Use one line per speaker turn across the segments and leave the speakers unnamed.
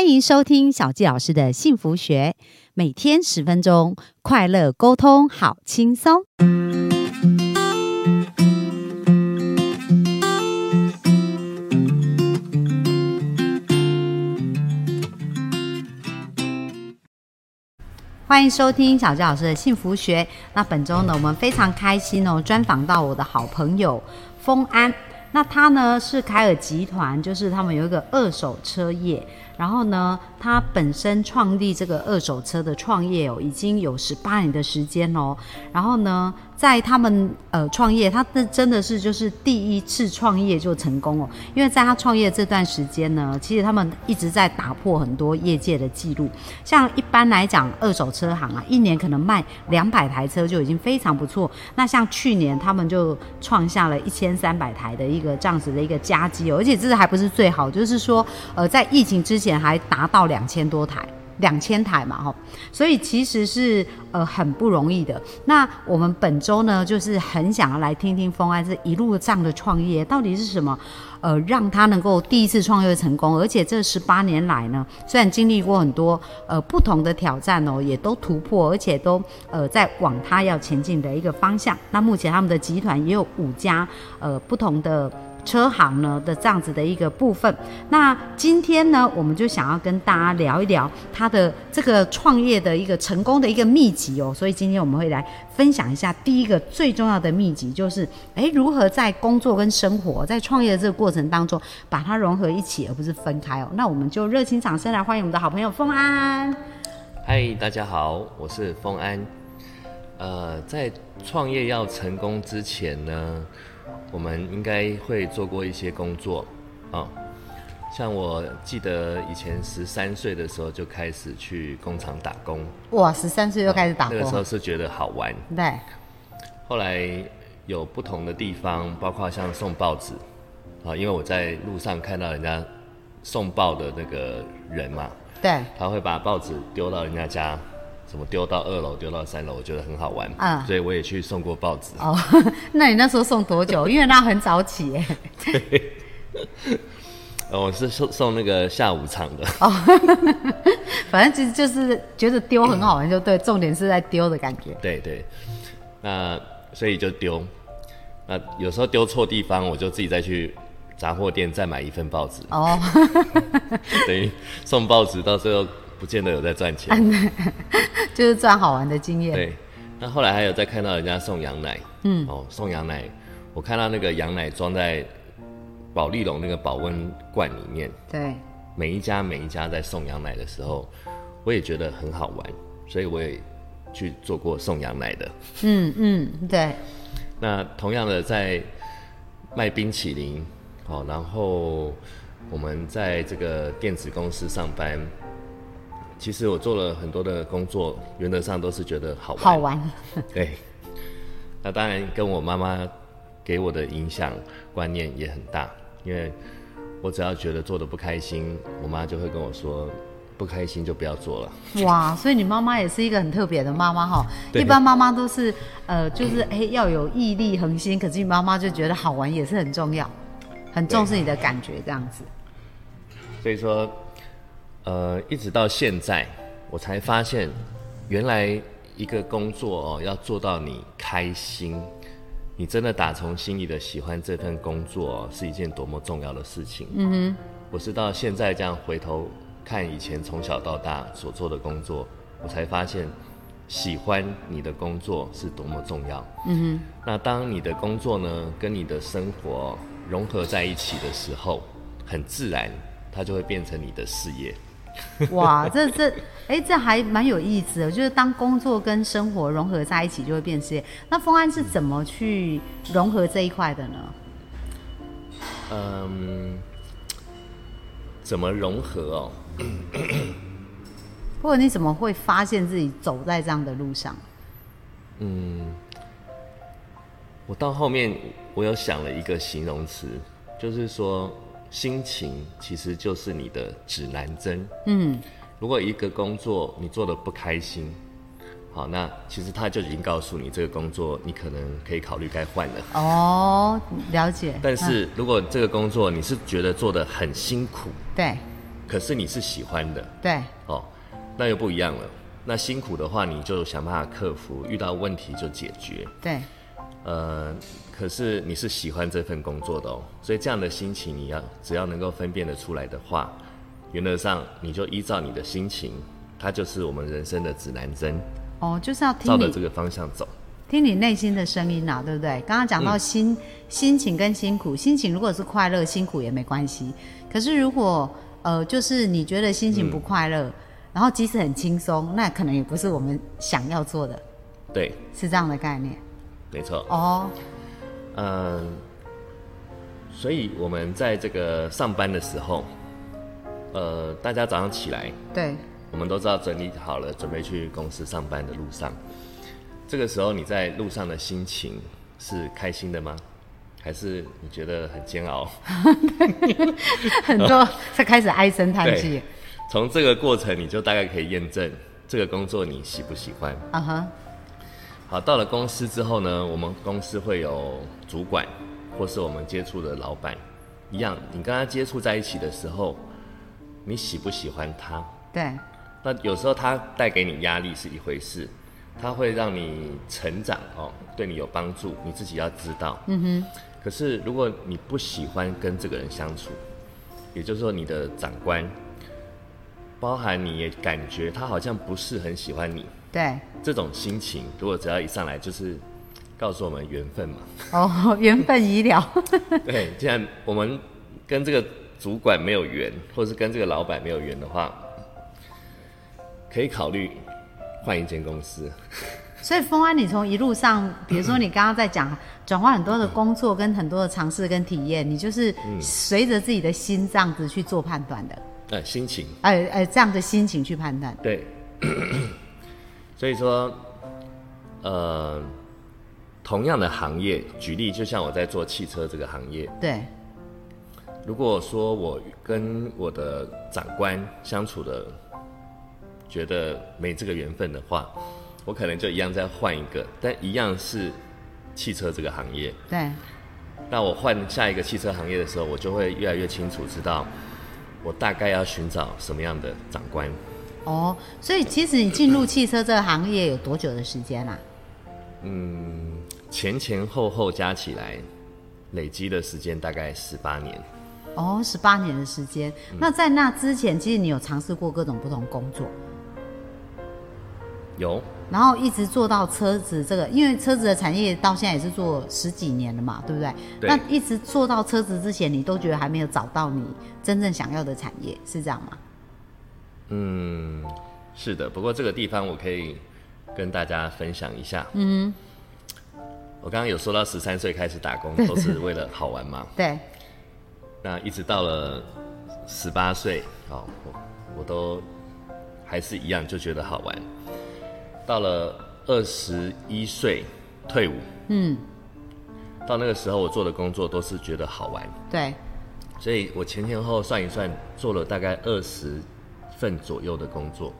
欢迎收听小纪老师的幸福学，每天十分钟，快乐沟通，好轻松。欢迎收听小纪老师的幸福学。那本周呢，我们非常开心哦，专访到我的好朋友丰安。那他呢是凯尔集团，就是他们有一个二手车业，然后呢，他本身创立这个二手车的创业哦，已经有十八年的时间哦。然后呢，在他们呃创业，他这真的是就是第一次创业就成功哦，因为在他创业这段时间呢，其实他们一直在打破很多业界的记录。像一般来讲，二手车行啊，一年可能卖两百台车就已经非常不错。那像去年他们就创下了一千三百台的一个这样子的一个佳绩哦，而且这还不是最好，就是说呃，在疫情之前还达到两千多台。两千台嘛，哈，所以其实是呃很不容易的。那我们本周呢，就是很想要来听听风安这一路这样的创业到底是什么，呃，让他能够第一次创业成功，而且这十八年来呢，虽然经历过很多呃不同的挑战哦，也都突破，而且都呃在往他要前进的一个方向。那目前他们的集团也有五家呃不同的。车行呢的这样子的一个部分，那今天呢，我们就想要跟大家聊一聊他的这个创业的一个成功的一个秘籍哦，所以今天我们会来分享一下第一个最重要的秘籍，就是诶如何在工作跟生活在创业的这个过程当中把它融合一起，而不是分开哦。那我们就热情掌声来欢迎我们的好朋友凤安。
嗨，大家好，我是丰安。呃，在创业要成功之前呢，我们应该会做过一些工作啊、像我记得以前十三岁的时候就开始去工厂打工，啊
哇，十三岁就开始打
哦那
工
个时候
了，
是觉得好玩。
对，
后来有不同的地方，包括像送报纸啊，因为我在路上看到人家送报的那个人嘛，
对，
他会把报纸丢到人家家，什么丢到二楼，丢到三楼，我觉得很好玩，
嗯
所以我也去送过报纸。
哦， 那你那时候送多久？因为那很早起耶。
呃我是送送那个下午场的，
反正其实就是觉得丢很好玩，就对，重点是在丢的感觉。
对对，那所以就丢，那有时候丢错地方，我就自己再去杂货店再买一份报纸，
哦，
等于送报纸到最后不见得有在赚钱。
就是赚好玩的经验。
对，那后来还有再看到人家送羊奶，嗯，哦，送羊奶，我看到那个羊奶装在保利龙那个保温罐里面，
对
每一家每一家在送羊奶的时候，我也觉得很好玩，所以我也去做过送羊奶的。
嗯嗯，对，
那同样的，在卖冰淇淋，哦，然后我们在这个电子公司上班，其实我做了很多的工作，原则上都是觉得好玩。
好玩。
对，那当然跟我妈妈给我的影响观念也很大，因为我只要觉得做的不开心，我妈就会跟我说不开心就不要做了。
哇，所以你妈妈也是一个很特别的妈妈哈。
对
一般妈妈都是呃，就是哎、要有毅力恒心，可是你妈妈就觉得好玩也是很重要，很重视你的感觉这样子。
所以说，呃，一直到现在我才发现，原来一个工作哦，要做到你开心。你真的打从心里的喜欢这份工作、哦，是一件多么重要的事情。嗯哼，我是到现在这样回头看以前从小到大所做的工作，我才发现喜欢你的工作是多么重要。嗯哼，那当你的工作呢跟你的生活融合在一起的时候，很自然，它就会变成你的事业。
哇，这这，哎、这还蛮有意思的，就是当工作跟生活融合在一起，就会变事业。那丰安是怎么去融合这一块的呢？
嗯，怎么融合哦？
或者你怎么会发现自己走在这样的路上？
我到后面，我有想了一个形容词，就是说，心情其实就是你的指南针。嗯，如果一个工作你做的不开心，好，那其实他就已经告诉你，这个工作你可能可以考虑该换了。
哦，了解。嗯
但是如果这个工作你是觉得做的很辛苦，
对，
可是你是喜欢的
对，
哦，那又不一样了。那辛苦的话，你就想办法克服，遇到问题就解决。
对，
呃，可是你是喜欢这份工作的哦，所以这样的心情，你要只要能够分辨得出来的话，原则上你就依照你的心情，它就是我们人生的指南针，
哦，就是要
照
听
着
你
这个方向走。
听你内心的声音啊，对不对？刚刚讲到心、心情跟辛苦，心情如果是快乐，辛苦也没关系。可是如果呃，就是你觉得心情不快乐，然后即使很轻松，那可能也不是我们想要做的，
对，
是这样的概念
没错。
哦。
嗯，所以我们在这个上班的时候，呃，大家早上起来，
对，
我们都知道整理好了，准备去公司上班的路上，这个时候你在路上的心情是开心的吗？还是你觉得很煎熬？
很 多才开始唉声叹
对
气，
从这个过程，你就大概可以验证这个工作你喜不喜欢。
啊哈，
好，到了公司之后呢，我们公司会有主管，或是我们接触的老板，一样，你跟他接触在一起的时候，你喜不喜欢他？
对，
那有时候他带给你压力是一回事，他会让你成长哦，对你有帮助，你自己要知道。嗯哼。可是如果你不喜欢跟这个人相处，也就是说你的长官，包含你也感觉他好像不是很喜欢你，
对，
这种心情，如果只要一上来就是告诉我们缘分嘛，
哦， 缘分已了，
对，既然我们跟这个主管没有缘，或是跟这个老板没有缘的话，可以考虑换一间公司。
所以峰安，你从一路上，比如说你刚刚在讲转换很多的工作跟很多的尝试跟体验，你就是随着自己的心这样子去做判断的，
呃，心情
呃呃，这样的心情去判断。
对， 所以说，呃，同样的行业，举例，就像我在做汽车这个行业，
对
如果说我跟我的长官相处的，觉得没这个缘分的话，我可能就一样再换一个，但一样是汽车这个行业。
对
那我换下一个汽车行业的时候，我就会越来越清楚知道，我大概要寻找什么样的长官。
哦，所以其实你进入汽车这个行业有多久的时间啦、啊
前前后后加起来，累积的时间大概十八年。
哦，十八年的时间。那在那之前，其实你有尝试过各种不同工作，
有，
然后一直做到车子这个，因为车子的产业到现在也是做十几年了嘛，对不对？
对
那一直做到车子之前，你都觉得还没有找到你真正想要的产业，是这样吗？
是的，不过这个地方我可以跟大家分享一下。嗯，我刚刚有说到十三岁开始打工，都是为了好玩嘛。
对，
那一直到了十八岁，哦，我我都还是一样，就觉得好玩。到了二十一岁退伍，嗯，到那个时候我做的工作都是觉得好玩，
对，
所以我前前后后算一算，做了大概二十份左右的工作。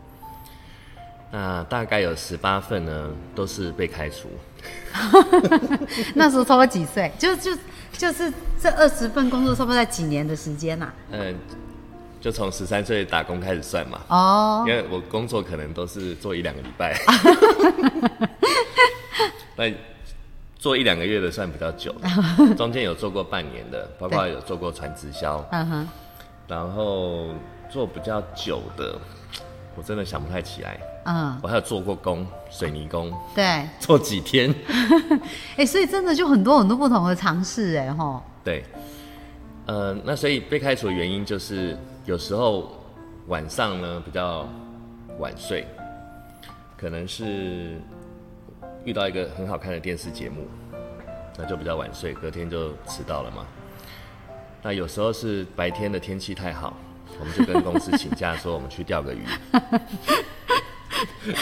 那大概有十八份呢，都是被开除。
那时候差不多几岁？ 就就就是这二十份工作，差不多在几年的时间啊呐、
嗯，就从十三岁打工开始算嘛，
哦，
因为我工作可能都是做一两个礼拜，那做一两个月的算比较久，中间有做过半年的，包括
对
有做过传直销，
嗯哼，
然后做比较久的，我真的想不太起来。
嗯，
我还有做过工，水泥工，
对，哎、
做几天。
所以真的就很多很多不同的尝试，哎吼，
对，呃，那所以被开除的原因就是有时候晚上呢比较晚睡，可能是遇到一个很好看的电视节目，那就比较晚睡，隔天就迟到了嘛。那有时候是白天的天气太好，我们就跟公司请假说我们去钓个鱼。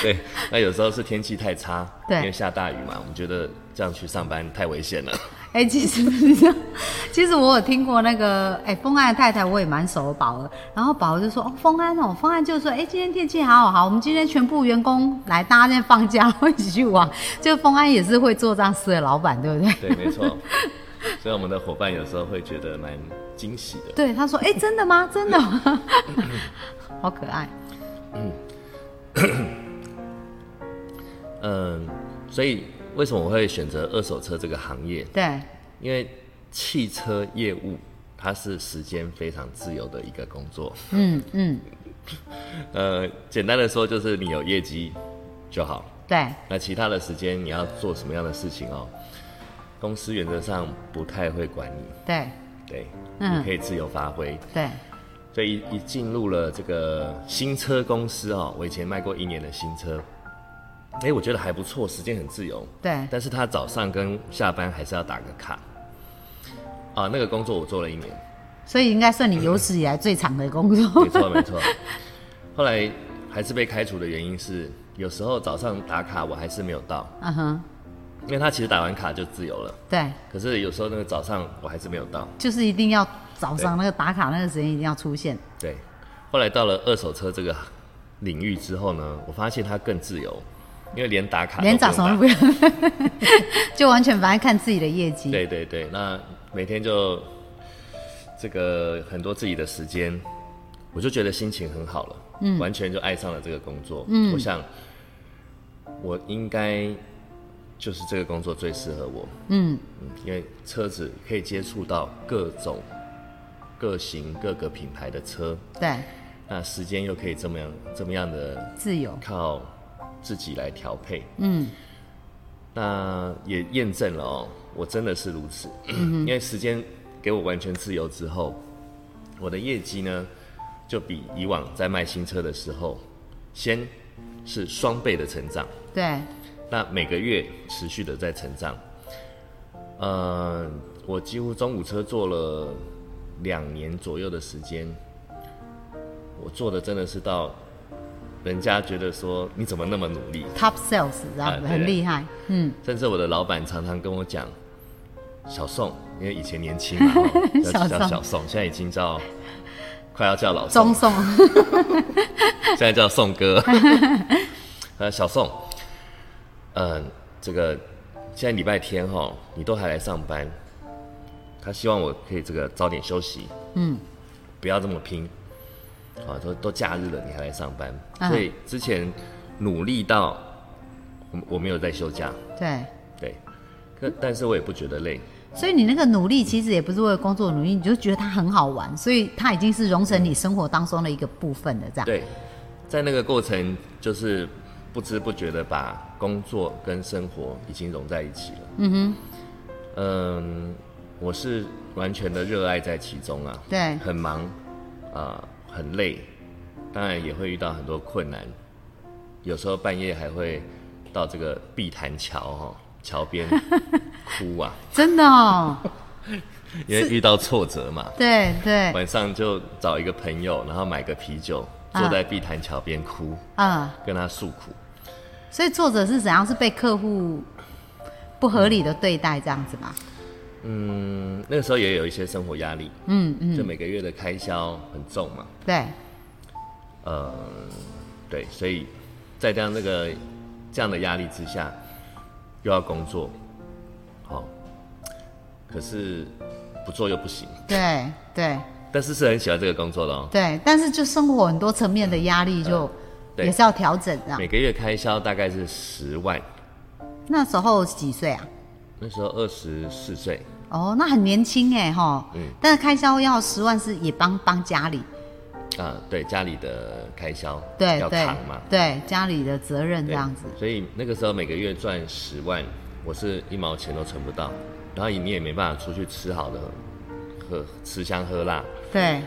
对，那有时候是天气太差，
对
因为下大雨嘛，我们觉得这样去上班太危险了。
哎、其实你知道，其实我有听过那个，哎、丰安的太太，我也蛮熟宝儿。然后宝儿就说，哦，丰安哦，丰安就说，哎、今天天气好好好，我们今天全部员工来，大家今天放假，一起去玩。 就丰安也是会做这样事的老板，对不对？
对，没错。所以我们的伙伴有时候会觉得蛮惊喜的。
对，他说：“哎、真的吗？ 真的吗？”好可爱。
嗯，所以为什么我会选择二手车这个行业？
对，
因为汽车业务它是时间非常自由的一个工作。
嗯嗯，
呃，简单的说就是你有业绩就好，
对
那其他的时间你要做什么样的事情哦，公司原则上不太会管你，
对
对，
嗯
你可以自由发挥。
对，
所以一一进入了这个新车公司哦，我以前卖过一年的新车，哎，我觉得还不错，时间很自由。
对
但是他早上跟下班还是要打个卡。啊，那个工作我做了一年，
所以应该算你有史以来最长的工作。
没错没错。后来还是被开除的原因是，有时候早上打卡我还是没有到，
嗯哼，
因为他其实打完卡就自由了。
对，
可是有时候那个早上我还是没有到，
就是一定要早上那个打卡那个时间一定要出现。
对。后来到了二手车这个领域之后呢，我发现它更自由，因为连打卡都
连
不用
早上都
打
不用， 就完全反正看自己的业绩。
对对对，那每天就这个很多自己的时间，我就觉得心情很好了，嗯，完全就爱上了这个工作，嗯，我想我应该就是这个工作最适合我，嗯因为车子可以接触到各种各型各个品牌的车，
对，
那时间又可以这么样这么样的
自由。
靠自己来调配，
嗯，
那也验证了哦，我真的是如此， 因为时间给我完全自由之后，我的业绩呢就比以往在卖新车的时候，先是双倍的成长，
对，
那每个月持续的在成长，呃，我几乎中古车做了两年左右的时间，我做的真的是到人家觉得说你怎么那么努力，
top sales 这样
啊
子、
对
很厉害，嗯，
甚至我的老板常常跟我讲，小宋，因为以前年轻嘛， 哦
小
叫
宋
叫小宋，现在已经叫快要叫老
中
宋，
送
现在叫宋哥。呃，小宋，嗯、这个现在礼拜天哈、你都还来上班，他希望我可以这个早点休息，嗯，不要这么拼，啊，都都假日了，你还来上班，
嗯
所以之前努力到我我没有在休假，
对，
对，可但是我也不觉得累，
所以你那个努力其实也不是为了工作努力，你就觉得它很好玩，所以它已经是融成你生活当中的一个部分了，这样。
对，在那个过程就是不知不觉的把工作跟生活已经融在一起了。嗯哼，嗯，我是完全的热爱在其中啊，
对
很忙，啊、很累，当然也会遇到很多困难，有时候半夜还会到这个碧潭桥哈、哦、桥边哭啊，
真的哦，
因为遇到挫折嘛。
对 对，
晚上就找一个朋友，然后买个啤酒，
啊
坐在碧潭桥边哭，
嗯，
跟他诉苦。
所以作者是怎样是被客户不合理的对待这样子吧？
嗯，那个时候也有一些生活压力，
嗯嗯，
就每个月的开销很重嘛，
对
呃，对，所以在这样那个这样的压力之下，又要工作，好、可是不做又不行，
对对
但是是很喜欢这个工作的哦。
对，但是就生活很多层面的压力就
嗯对
也是要调整啊这样。
每个月开销大概是十万，
那时候几岁啊？
那时候二十四岁，
哦，那很年轻哎哈，
嗯
但是开销要十万是也帮帮家里，
啊、对家里的开销
对
要
对
扛嘛，
对家里的责任这
对
样子，
所以那个时候每个月赚十万，我是一毛钱都存不到，然后你也没办法出去吃好的，喝吃香喝辣，
对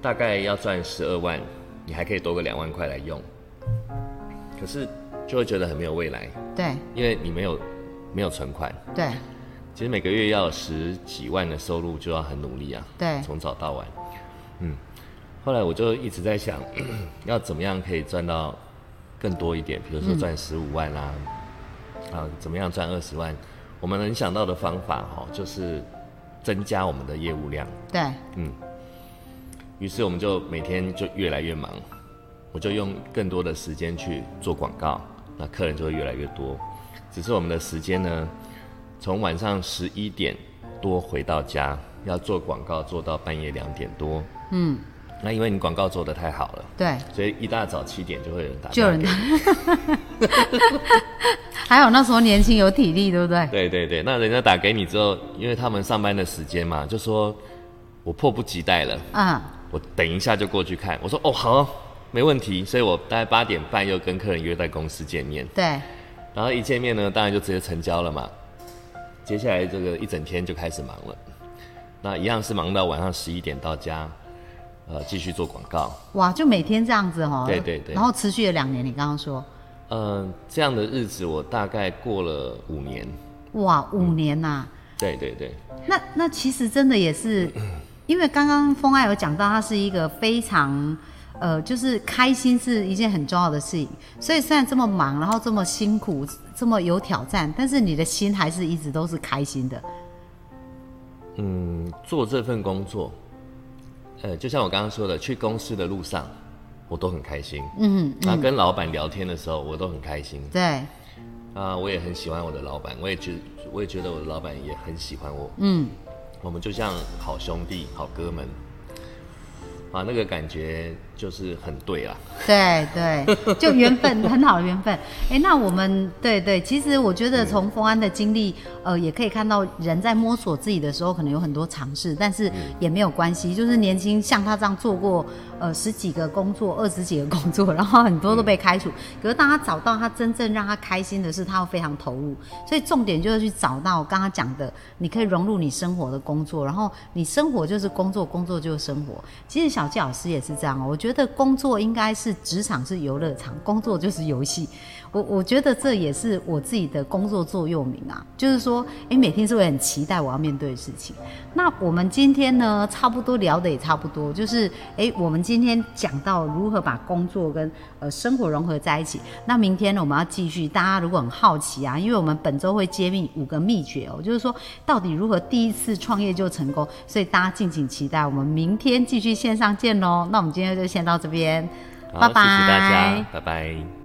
大概要赚十二万，你还可以多个两万块来用，可是就会觉得很没有未来，
对
因为你没有没有存款。
对
其实每个月要有十几万的收入，就要很努力啊。
对
从早到晚，嗯。后来我就一直在想， 要怎么样可以赚到更多一点，比如说赚十五万啦、啊，怎么样赚二十万？我们能想到的方法哈、哦，就是增加我们的业务量。
对
于是我们就每天就越来越忙，我就用更多的时间去做广告，那客人就会越来越多。只是我们的时间呢，从晚上十一点多回到家，要做广告做到半夜两点多，
嗯，
那因为你广告做的太好了，
对，
所以一大早七点就会有人打
就
电
有
话
人
给你。
还有那时候年轻有体力，对不对？
对对对，那人家打给你之后，因为他们上班的时间嘛，就说我迫不及待了，
嗯，
我等一下就过去看。我说哦好，没问题。所以我大概八点半又跟客人约在公司见面，
对，
然后一见面呢，当然就直接成交了嘛。接下来这个一整天就开始忙了，那一样是忙到晚上十一点到家，呃，继续做广告。
哇，就每天这样子哦。
对对对
然后持续了两年，你刚刚说，
嗯、这样的日子我大概过了五年。
哇，
嗯
五年啊呐、
对对对，
那那其实真的也是，因为刚刚风爱有讲到，它是一个非常呃，就是开心是一件很重要的事情。所以虽然这么忙，然后这么辛苦，这么有挑战，但是你的心还是一直都是开心的。
嗯，做这份工作，呃，就像我刚刚说的，去公司的路上我都很开心。
嗯，
那跟老板聊天的时候，我都很开心。
对，
啊，我也很喜欢我的老板，我也觉，我也觉得我的老板也很喜欢我。
嗯，
我们就像好兄弟、好哥们，啊，那个感觉就是很对啊。
对对，就缘分，很好的缘分。哎，那我们对对，其实我觉得从丰安的经历，呃，也可以看到人在摸索自己的时候，可能有很多尝试，但是也没有关系。就是年轻像他这样做过，呃，十几个工作，二十几个工作，然后很多都被开除。可是当他找到他真正让他开心的事，他会非常投入。所以重点就是去找到刚刚讲的，你可以融入你生活的工作，然后你生活就是工作，工作就是生活。其实小纪老师也是这样哦，我觉得工作应该是职场是游乐场，工作就是游戏。我我觉得这也是我自己的工作座右铭啊，就是说，诶，每天是会很期待我要面对的事情。那我们今天呢，差不多聊的也差不多，就是诶，我们今天讲到如何把工作跟呃生活融合在一起。那明天呢，我们要继续。大家如果很好奇啊，因为我们本周会揭秘五个秘诀哦，就是说到底如何第一次创业就成功，所以大家敬请期待。我们明天继续线上见喽。那我们今天就先到这边，
好，
拜拜。
谢谢大家，拜拜。